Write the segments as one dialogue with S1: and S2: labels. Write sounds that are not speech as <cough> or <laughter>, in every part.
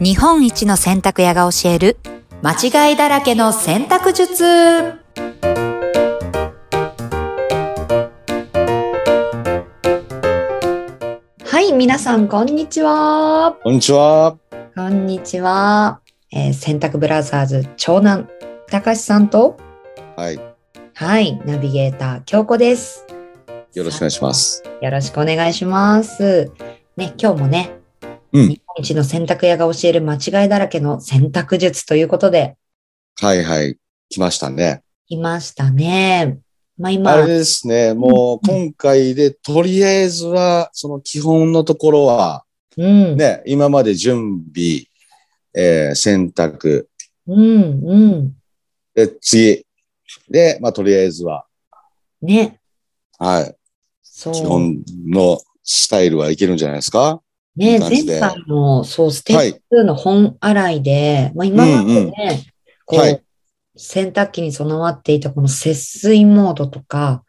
S1: 日本一の洗濯屋が教える間違いだらけの洗濯術はい皆さんこんにちは
S2: こんにちは。
S1: こんにちは、えー洗濯ブラザーズ長男たかしさんと
S2: はい。
S1: はいナビゲーター京子です
S2: よろしくお願いします。
S1: よろしくお願いします。ね、今日もね、
S2: うん
S1: 日本一の洗濯屋が教える間違いだらけの洗濯術ということで、
S2: はいはい。来ましたね。
S1: いましたね。まあ
S2: あれ
S1: 今、
S2: ですね。もう今回でとりあえずは、その基本のところは、
S1: うん、
S2: ね、今まで準備、えー選択、
S1: うん、うん、
S2: で、次。で、まあとりあえずは、
S1: ね、
S2: はい。
S1: そう。
S2: 基本のスタイルはいけるんじゃないですか
S1: ね、
S2: 感じ
S1: 前
S2: で
S1: 回の、そう、ステ
S2: は
S1: ッ
S2: い。
S1: プ2の本洗いで、まあ今までね、こう、
S2: はい
S1: 洗濯機に備わっていたこの節水モードとか、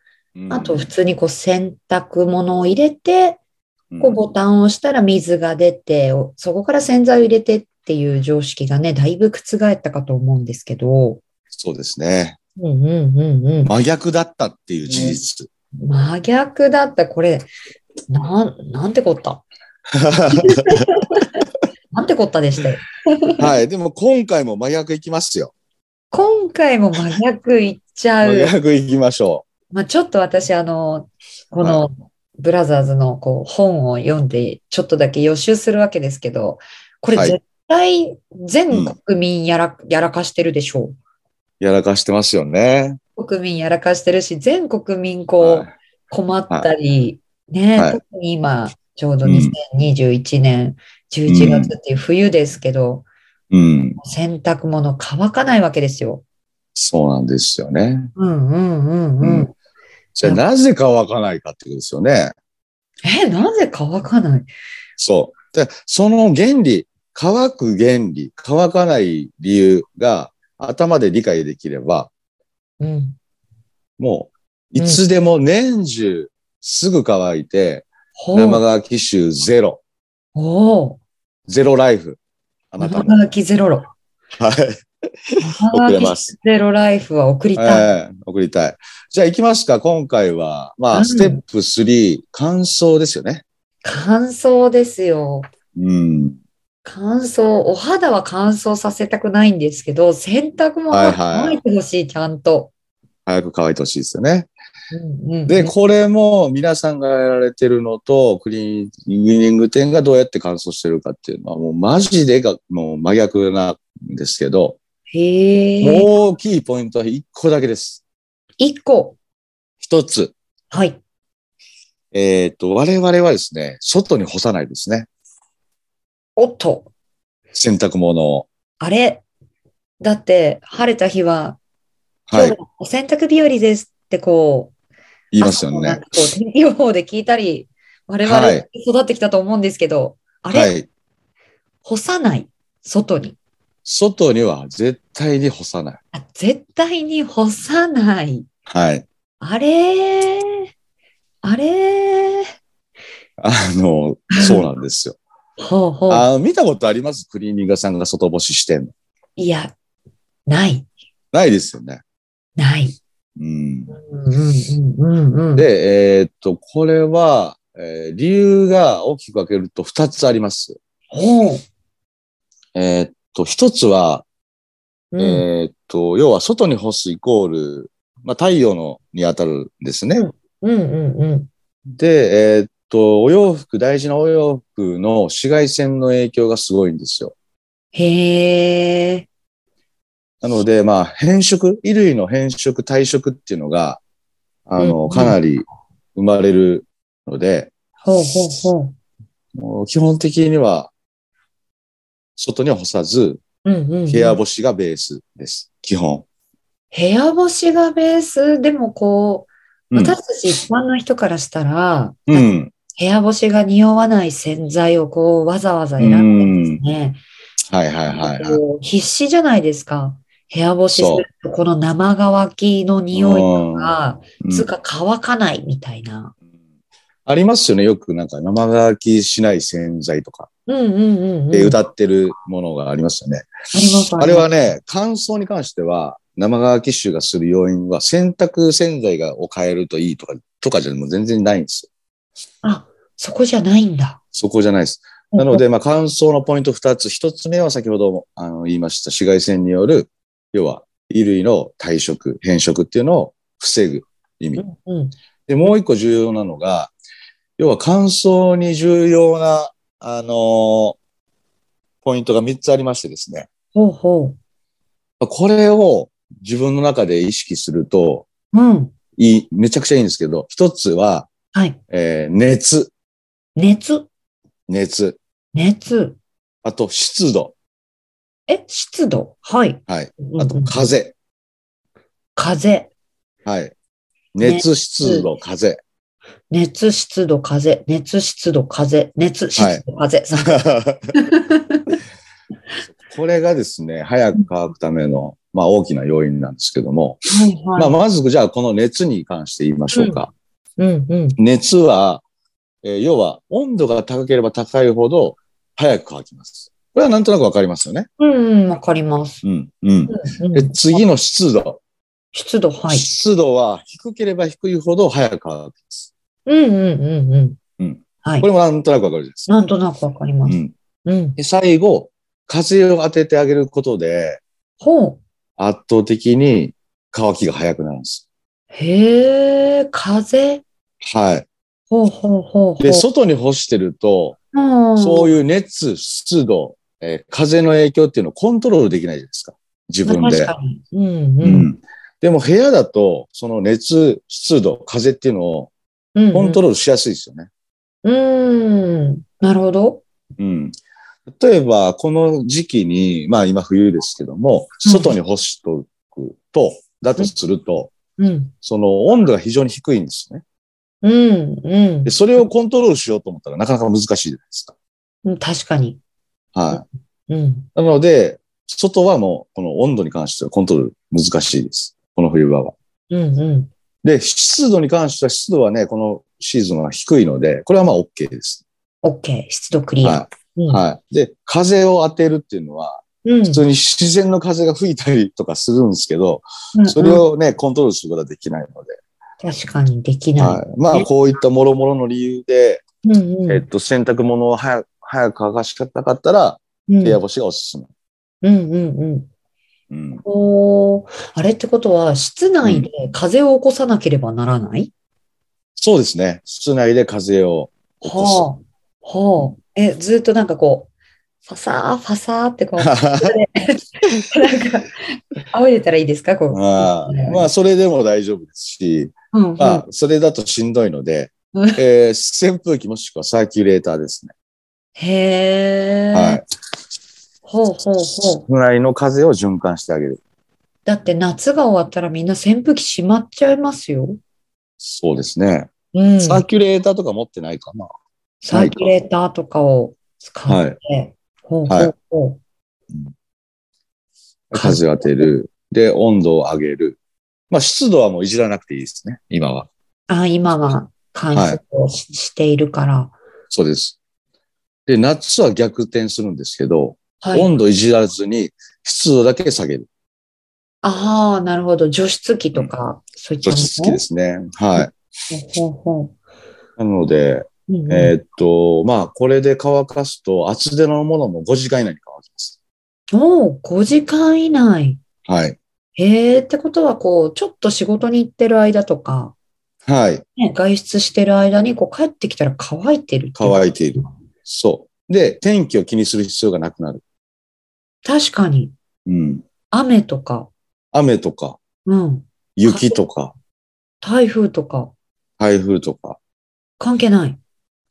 S1: あと普通にこう洗濯物を入れて、
S2: うん
S1: こうボタンを押したら水が出て、おそこから洗剤を入れてっていう常識がね、だいぶ覆ったかと思うんですけど、
S2: そうですね。
S1: うんうんうんうん。
S2: 真逆だったっていう事実。
S1: 真逆だった、これ、なん、なんてこった。なんてこったでしたよ。
S2: <laughs> はい。でも今回も真逆いきますよ。
S1: 今回も真逆いっちゃ
S2: 真
S1: う。
S2: 逆いきましょう。
S1: まあ、ちょっと私、あの、この、ブラザーズのこう本を読んで、ちょっとだけ予習するわけですけど、これ
S2: はい
S1: 絶対全国民やら、やらかしてるでしょう。
S2: やらかしてますよね。
S1: 国民やらかしてるし、全国民こ
S2: は
S1: う
S2: い
S1: 困ったり、ね、
S2: はい
S1: 特に今、ちょうど
S2: うん
S1: 2021年11月っていう冬ですけど、
S2: うん。
S1: 洗濯物乾かないわけですよ。
S2: そうなんですよね。
S1: うんうんうんうん。
S2: うんじゃあなぜ乾かないかってことですよね。
S1: え、なぜ乾かない
S2: そう。で、その原理、乾く原理、乾かない理由が頭で理解できれば、
S1: うん。
S2: もういつでも年中すぐ乾いて、
S1: ほ
S2: 生
S1: う。
S2: 乾き臭ゼロ、
S1: ほ
S2: ゼロライフ。あ
S1: う。
S2: な
S1: 生
S2: たも。
S1: 乾きゼロロ。
S2: はい。
S1: 生
S2: 送れ
S1: 乾
S2: ま
S1: き
S2: す。
S1: ゼロライフは送りたい。
S2: ええ送りたい。じゃあ行きますか、今回は。ま
S1: う
S2: あ、
S1: ん
S2: ステップ3、乾燥ですよね。
S1: 乾燥ですよ。
S2: うん。
S1: 乾燥、お肌は乾燥させたくないんですけど、洗濯物
S2: はいは
S1: はい乾いてほしい、ちゃんと。
S2: 早く乾いてほしいですよね。
S1: うんうん
S2: で、これも皆さんがやられてるのと、クリーニング店がどうやって乾燥してるかっていうのは、もうマジでが、もう真逆なんですけど、
S1: へえ。
S2: 大きいポイントは1個だけです。
S1: 一個。
S2: 1つ。
S1: はい。
S2: えっ、と、我々はですね、外に干さないですね。
S1: おっと。
S2: 洗濯物を。
S1: あれだって、晴れた日は、今
S2: はい
S1: 日。もお洗濯日和ですってこう、
S2: 言いますよ
S1: 朝のなん
S2: ね
S1: か。こう天気予報で聞いたり、我々
S2: はい
S1: 育ってきたと思うんですけど、あれ、
S2: はい。
S1: 干さない。外に。
S2: 外には絶対に干さない。
S1: あ絶対に干さない。
S2: はい。
S1: あれーあれー
S2: あの、そうなんです
S1: <laughs>
S2: よ。
S1: ほうほう。
S2: あの見たことありますクリーニング屋さんが外干ししてんの。
S1: いや、ない。
S2: ないですよね。
S1: ない。
S2: うん
S1: うんうんうんうん。、
S2: で、えーっと、これは、えー理由が大きく分けると2つあります。
S1: ほう。
S2: えーっと、1つは、
S1: うん
S2: えーっと、要は外に干すイコール、まあ、太陽のに当たるんですね。
S1: うんうんうん。
S2: で、えーっと、お洋服、大事なお洋服の紫外線の影響がすごいんですよ。
S1: へえ。
S2: なので、まあ、変色、衣類の変色、退色っていうのが、あ
S1: うん
S2: の、かなり生まれるので、
S1: ほうほうほう。
S2: もう基本的には、外には干さず、
S1: うんうんうん、
S2: 部屋干しがベースです。基本。
S1: 部屋干しがベースでもこう、
S2: うん。
S1: 私たち一般の人からしたら、
S2: うん。
S1: 部屋干しが匂わない洗剤をこうわざわざ選んでですね、
S2: はいはいはいはい。
S1: こう必死じゃないですか。部屋干しするとこの生乾きの匂いとか、
S2: うん
S1: つうか乾かないみたいな。
S2: ありますよね。よくなんか生乾きしない洗剤とか。
S1: うんうんうんうん。
S2: で歌ってるものがありましたね。
S1: あります
S2: あれはね、乾燥に関しては、生乾き臭がする要因は、洗濯洗剤がを変えるといいとか、とかじゃもう全然ないんですよ。
S1: あ、そこじゃないんだ。
S2: そこじゃないです。なので、まあ、乾燥のポイント2つ。1つ目は先ほどもあの言いました、紫外線による、要は、衣類の退色、変色っていうのを防ぐ意味
S1: う。んうん。
S2: で、もう一個重要なのが、要は乾燥に重要な、あのーポイントが3つありましてですね。
S1: ほうほ
S2: これを自分の中で意識すると、
S1: う。うん。
S2: いい、めちゃくちゃいいんですけど、一つは、
S1: はい。
S2: えー熱、
S1: 熱。
S2: 熱。
S1: 熱。
S2: あと、湿度。
S1: え、湿度。はい。
S2: はい
S1: うんうん。
S2: あと、風。
S1: 風。
S2: はい。熱、湿度、風。
S1: 熱、湿度、風。熱、湿度、風。熱、湿度、風。
S2: <laughs> これがですね、早く乾くための、まあ、大きな要因なんですけども、
S1: はい
S2: まあ、まず、じゃあ、この熱に関して言いましょうか。
S1: うんうん。
S2: 熱は、えー要は温度が高ければ高いほど早く乾きます。これはなんとなくわかりますよね。
S1: うんうん、わかります。
S2: うん。うん。
S1: うんう
S2: で
S1: ん
S2: 次の湿度。
S1: 湿度、はい。
S2: 湿度は低ければ低いほど早く乾きます。
S1: うんうんうんうん。
S2: うん
S1: はい
S2: こ。れもなんとなくわかるじゃ
S1: なんとなくわかりま
S2: ないです
S1: す。
S2: か。うん。
S1: うん。
S2: で、最後、風を当ててあげることで、
S1: ほう。
S2: 圧倒的に乾きが早くなるんです。
S1: へえ、風。
S2: は
S1: ほうほうほうほ
S2: い。
S1: う。
S2: で、外に干してると、
S1: うん、
S2: そう
S1: いう
S2: いう熱、湿度、えー風の影響っていうのをコントロールできないじゃないですか。自分
S1: 確
S2: で。
S1: かに。うん
S2: う
S1: うん。
S2: んでも部屋だと、その熱、湿度、風っていうのを
S1: うんうん
S2: コントロールしやすいですよね。
S1: うん。なるほど。
S2: うん。例えば、この時期に、まあ今冬ですけども、
S1: うん
S2: 外に干しとくと、だとすると、
S1: うん。
S2: その温度が非常に低いんですよね。
S1: うんうん
S2: で、それをコントロールしようと思ったらなかなか難しいじゃないですか。
S1: うん。確かに。
S2: は
S1: うん。
S2: い。なので、外はもう、この温度に関してはコントロール難しいです。この冬場は。
S1: うんうん。
S2: で、湿度に関しては湿度はね、このシーズンは低いので、これはまあ OK です。
S1: OK。湿度クリア。
S2: ははい。で、風を当てるっていうのは、
S1: い。うん。
S2: 普通に自然の風が吹いたりとかするんですけど、
S1: うん
S2: それをね、コントロールすることはできないので、
S1: うん確かにできな
S2: はい。まあ、
S1: ね
S2: こういった諸々の理由で、
S1: い。うんうん。
S2: えっと、洗濯物を早く、早く乾かしたかったら、部屋
S1: う
S2: 干しがおすすめ。
S1: んうんうん。
S2: うん。
S1: おーあれってことは、室内で風を起こさなければならない
S2: そうですね。室内で風を <laughs> 起こ
S1: はあ。はあ。え、ずっとなんかこう、ファサー、ファサーってこう、なんか、
S2: す。
S1: 仰いでたらいいですかこう。
S2: あーまあ、それでも大丈夫ですし、
S1: うんうん
S2: まあ、それだとしんどいので、
S1: うん
S2: えー扇風機もしくはサーキュレーターですね。
S1: へえ。
S2: はい。
S1: ほうほうほう。
S2: 室内の風を循環してあげる。
S1: だって夏が終わったらみんな扇風機しまっちゃいますよ。
S2: そうですね。
S1: うん。
S2: サー
S1: サ
S2: キュレーターとか持ってないかな。
S1: ーキュレーターとかを使って。ほうほうほう。
S2: 風を当てる。で、温度を上げる。まあ、湿度はもういじらなくていいですね。今は。
S1: あ、今は観測をし,、ているから。
S2: そうです。で、夏は逆転するんですけど、
S1: はい。
S2: 温度いじらずに湿度だけ下げる。
S1: ああ、なるほど。除湿器とか、そういったも
S2: 除
S1: の。
S2: 湿器ですね。はい。
S1: ほうほ
S2: なので、
S1: うほう。うんうん
S2: えーっと、まあ、これで乾かすと厚手のものも5時間以内に乾きます。
S1: おう5時間以内。
S2: はい。
S1: へえ、ってことは、こう、ちょっと仕事に行ってる間とか、
S2: はい。
S1: ね、外出してる間に、こう、帰ってきたら乾いてるってう
S2: 乾いている。そう。で、天気を気にする必要がなくなる。
S1: 確かに、
S2: うん。
S1: 雨とか、
S2: 雨とか、
S1: うん、
S2: 雪とか、
S1: 台風とか、
S2: 台風とか、
S1: 関係ない。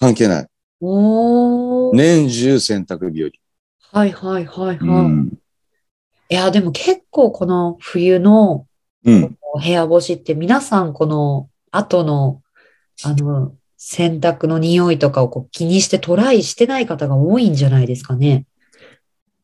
S2: 関係ない。
S1: おー。
S2: 年中洗濯日和。
S1: はいはいはいはい。
S2: うん。
S1: いや、でも結構この冬の、
S2: うん。
S1: 部屋干しって皆さんこの後の、あの、洗濯の匂いとかをこう気にしてトライしてない方が多いんじゃないですかね。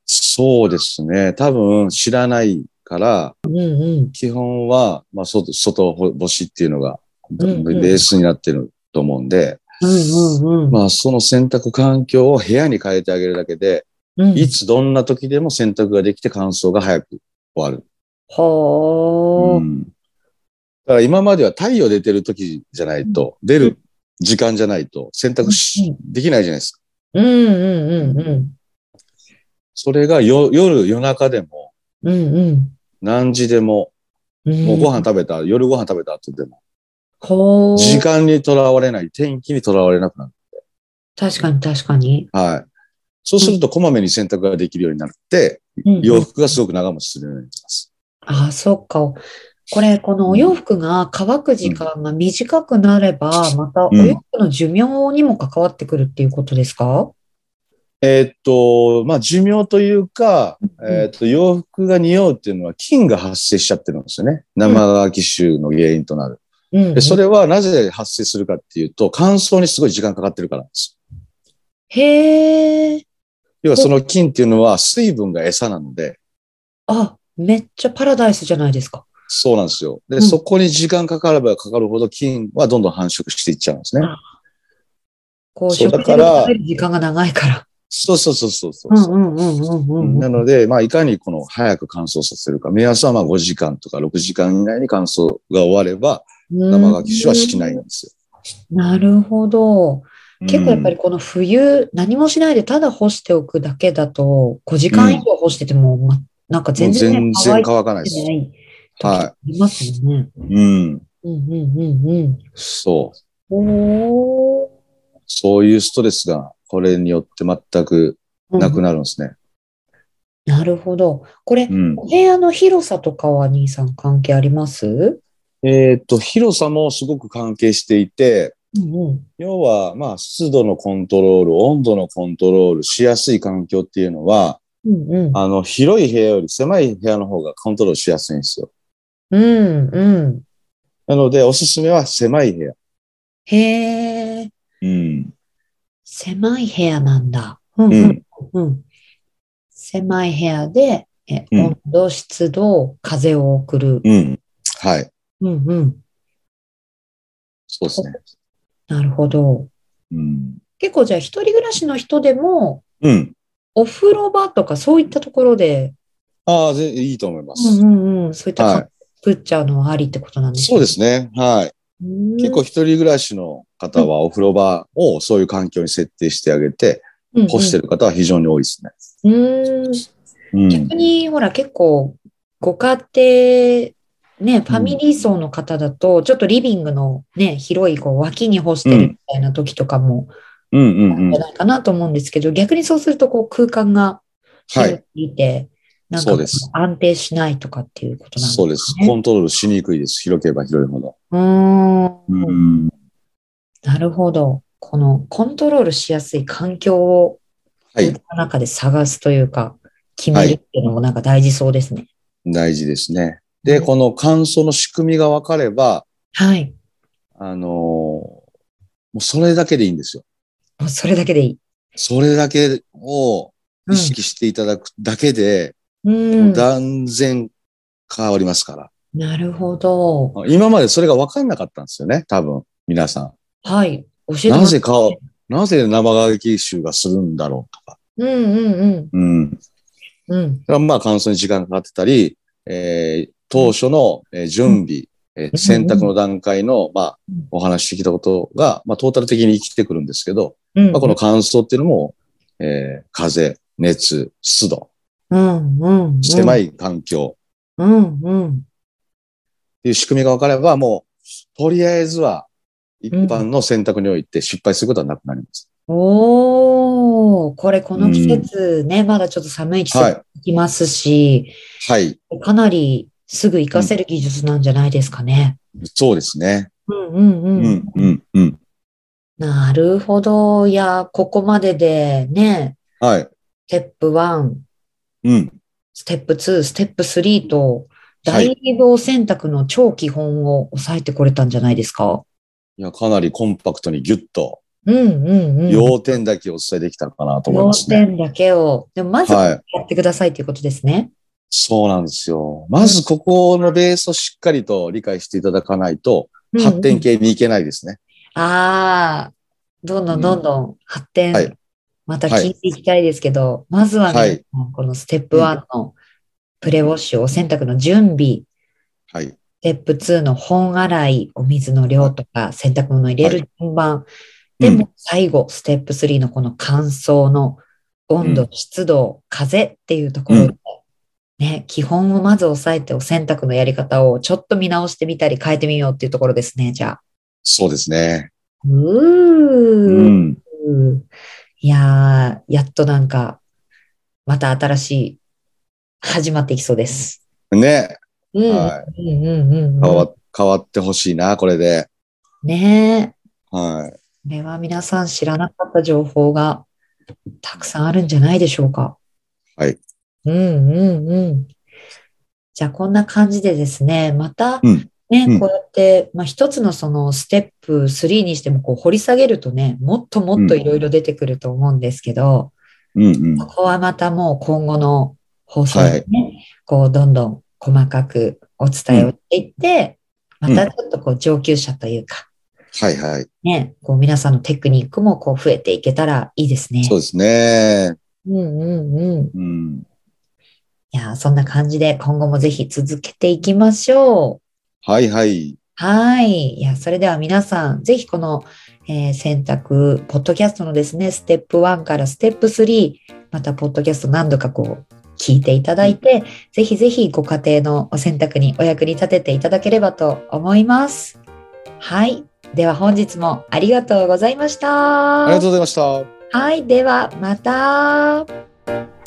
S2: そうですね。多分知らないから、
S1: うんうん。
S2: 基本は、まあ、外、外干しっていうのが、
S1: んうん
S2: ベースになってると思うんで、
S1: うんうんうん。
S2: まあ、その洗濯環境を部屋に変えてあげるだけで、
S1: うん
S2: いつどんな時でも洗濯ができて乾燥が早く終わる。
S1: は
S2: う
S1: あ。
S2: ん、だから今までは太陽出てる時じゃないと、出る時間じゃないと洗濯しできないじゃないですか。
S1: うんうんうんうん。
S2: それがよ夜、夜中でも、
S1: うんうん。
S2: 何時でも、
S1: うん
S2: もうご飯食べた、夜ご飯食べた後でも、
S1: ほう。
S2: 時間にとらわれない、天気にとらわれなくなる。
S1: 確かに確かに。
S2: はい。そうすると、こまめに洗濯ができるようになって、
S1: うん
S2: 洋服がすごく長持ちするようになります。
S1: ああ、そっか。これ、このお洋服が乾く時間が短くなれば、またお洋服の寿命にも関わってくるっていうことですか
S2: えーっと、まあ、寿命というか、
S1: うん
S2: えーっと、洋服が匂うっていうのは菌が発生しちゃってるんですよね。生乾き臭の原因となる。
S1: うんうん。
S2: で、それはなぜ発生するかっていうと、乾燥にすごい時間かかってるからなんです。
S1: へえ。
S2: 要はその菌っていうのは水分が餌なので、
S1: あ、めっちゃパラダイスじゃないですか。
S2: そうなんですよ。
S1: う
S2: で、
S1: ん
S2: そこに時間かかればかかるほど菌はどんどん繁殖していっちゃうんですね。
S1: あこう、
S2: そう
S1: 食
S2: だ
S1: 事が
S2: から
S1: 食べる時間が長いから。
S2: そうそうそうそうそうう。
S1: んうんうんうんうん。
S2: なので、まあ、いかにこの早く乾燥させるか、目安はまあ5時間とか6時間以内に乾燥が終われば、生乾き臭はしないんですよ。
S1: なるほど。結構やっぱり
S2: うん
S1: この冬、何もしないでただ干しておくだけだと、5時間以上干してても、ま、なんか全然ね、
S2: もう全
S1: 乾
S2: 然
S1: いて
S2: 乾かないです。
S1: ない時
S2: は
S1: ありますよね。
S2: い。うん。
S1: うんうんうんうん。
S2: そう。
S1: おー
S2: そういうストレスが、これによって全く
S1: うん
S2: なくなるんですね。
S1: なるほど。これ、
S2: うん。
S1: お部屋の広さとかは兄さん関係あります
S2: えーっと、広さもすごく関係していて、
S1: うんうん。
S2: 要は、まあ、湿度のコントロール、温度のコントロールしやすい環境っていうのは、
S1: うんうん。
S2: あの、広い部屋より狭い部屋の方がコントロールしやすいんですよ。
S1: うんうん。
S2: なので、おすすめは狭い部屋。
S1: へえ、
S2: うん。
S1: 狭い部屋なんだ。うん
S2: う
S1: うんん。うん。狭い部屋で、え、
S2: うん
S1: 温度、湿度、風を送る。
S2: うん。はい。
S1: うんうん。
S2: そうですね。
S1: なるほど。
S2: うん。
S1: 結構じゃあ一人暮らしの人でも、
S2: うん。
S1: お風呂場とかそういったところで、
S2: ああ、ぜいいと思いま
S1: うん
S2: す。
S1: うんうん、そういった
S2: は
S1: カ
S2: い
S1: ップっちゃうのはありってことなんです
S2: そうですね。はい。
S1: 結
S2: 結構、一人暮らしの方はお風呂場をそういう環境に設定してあげて、干して
S1: る。
S2: る方は非常に多いです
S1: う
S2: ね。
S1: ん。
S2: うん
S1: 逆。に、ほら、結構、ご家庭、ね、ファミリー層の方だと、ちょっとリビングのね、広いこう脇に干してるみたいな時とかも、
S2: うんう
S1: じ
S2: んう
S1: ゃ
S2: ん。
S1: ないかなと思うんですけど、逆にそうすると、こう、空間が
S2: は
S1: 広
S2: い。
S1: すぎて、なんか
S2: そうです
S1: 安定しないとかっていうことなんですか
S2: そうです。コントロールしにくいです。広ければ広いほど。
S1: うーん。
S2: うん。
S1: なるほど。このコントロールしやすい環境を、
S2: はい
S1: 自分の中で探すというか、決めるっていうのもなんか大事そうですね。
S2: 大事ですね。で、この乾燥の仕組みが分かれば、
S1: はい。
S2: あのーもうそれだけでいいんですよ。
S1: もうそれだけでいい。
S2: それだけを
S1: うん
S2: 意識していただくだけで、
S1: うん。
S2: 断然変わりますから。
S1: なるほど。
S2: 今までそれが分かんなかったんですよね、多分、皆さ
S1: はい。教えて
S2: ん。
S1: もら
S2: な
S1: っ
S2: ぜか、なぜ生乾き臭がするんだろうとか。
S1: うんうん
S2: うん。だ
S1: うん。うん。
S2: からまあ、乾燥に時間かかってたり、えー当初のえー準備、え
S1: う
S2: ー
S1: ん
S2: 選択の段階の、まあ
S1: うん、
S2: お話ししてきたことが、まあ、トータル的に生きてくるんですけど、
S1: うん。
S2: まあ、この乾燥っていうのも、えー風、熱、湿度、
S1: うんうんうん。
S2: 狭
S1: い。
S2: い環境
S1: うんうん。
S2: っていう仕組みが分かれば、もう、とりあえずは、一般の選択において失敗することはなくなります。
S1: おー、これこの季節ね、まだちょっと寒い季
S2: はい
S1: 節きますし、
S2: はい。
S1: かなりすぐ活かせる技術なんじゃないですかね。
S2: そうですね。
S1: うんうん
S2: う
S1: うん。
S2: ん、うん、うん。
S1: なるほど。いや、ここまででね、
S2: はい。
S1: ステップ1、
S2: うん。
S1: ステップ2、ステップ3と、
S2: は
S1: だ
S2: い。
S1: いぶお洗濯の超基本を抑えてこれたんじゃないですか。
S2: いや、かなりコンパクトにギュッと、
S1: うんうんうん。
S2: 要点だけお伝えできたかなと思いますね。
S1: 要点だけを。でもまずや
S2: はい。
S1: ってくださいということですね。
S2: そうなんですよ。まずここのベースをしっかりと理解していただかないと、
S1: うんうん
S2: 発展系に行けないですね。
S1: ああ、どんどんどんどん発展、
S2: はい
S1: また聞いていきたいですけど、まずはね、
S2: はい
S1: このステップ1のプレウォッシュ、お洗濯の準備、
S2: はい。
S1: ステップ2の本洗い、お水の量とか、洗濯物入れる順番。
S2: はい
S1: でも最後、ステップ3のこの乾燥の温度、
S2: うん
S1: 湿度、風っていうところで、ね、基本をまず押さえてお洗濯のやり方をちょっと見直してみたり変えてみようっていうところですね、じゃあ。
S2: そうですね。う
S1: うーん。
S2: ん。
S1: いやー、やっとなんか、また新しい、始まっていきそうです。
S2: ね。
S1: うん。
S2: は
S1: うんうんうん
S2: 変
S1: う
S2: わ変わってほしいな、これで。
S1: ん。ねえ。
S2: はい。
S1: これは皆さん知らなかった情報がたくさんあるんじゃないでしょうか。
S2: はい。
S1: うんうんうん。じゃあこんな感じでですね、また
S2: うん
S1: ね、
S2: うん
S1: こうやって、まあ、一つのそのステップ3にしてもこう掘り下げるとね、もっともっといろいろ出てくると思うんですけど、
S2: うんうん
S1: こ。こはまたもう今後の放送でね、こうどんどん細かくお伝えをしていって、
S2: うん
S1: またちょっとこう上級者というか、
S2: はいはい。
S1: ね、こう皆さんのテクニックもこう増えていけたらいいですね。
S2: そうですね。
S1: うんうんうん。
S2: うん。
S1: いやー、そんな感じで今後もぜひ続けていきましょう。
S2: はいはい。
S1: はい。いや、それでは皆さん、ぜひこの、えー選択、ポッドキャストのですね、ステップ1からステップ3、またポッドキャスト何度かこう、聞いていただいて、ぜひぜひご家庭のお選択にお役に立てていただければと思います。はい。では本日もありがとうございました。
S2: ありがとうございました。
S1: はい、ではまた。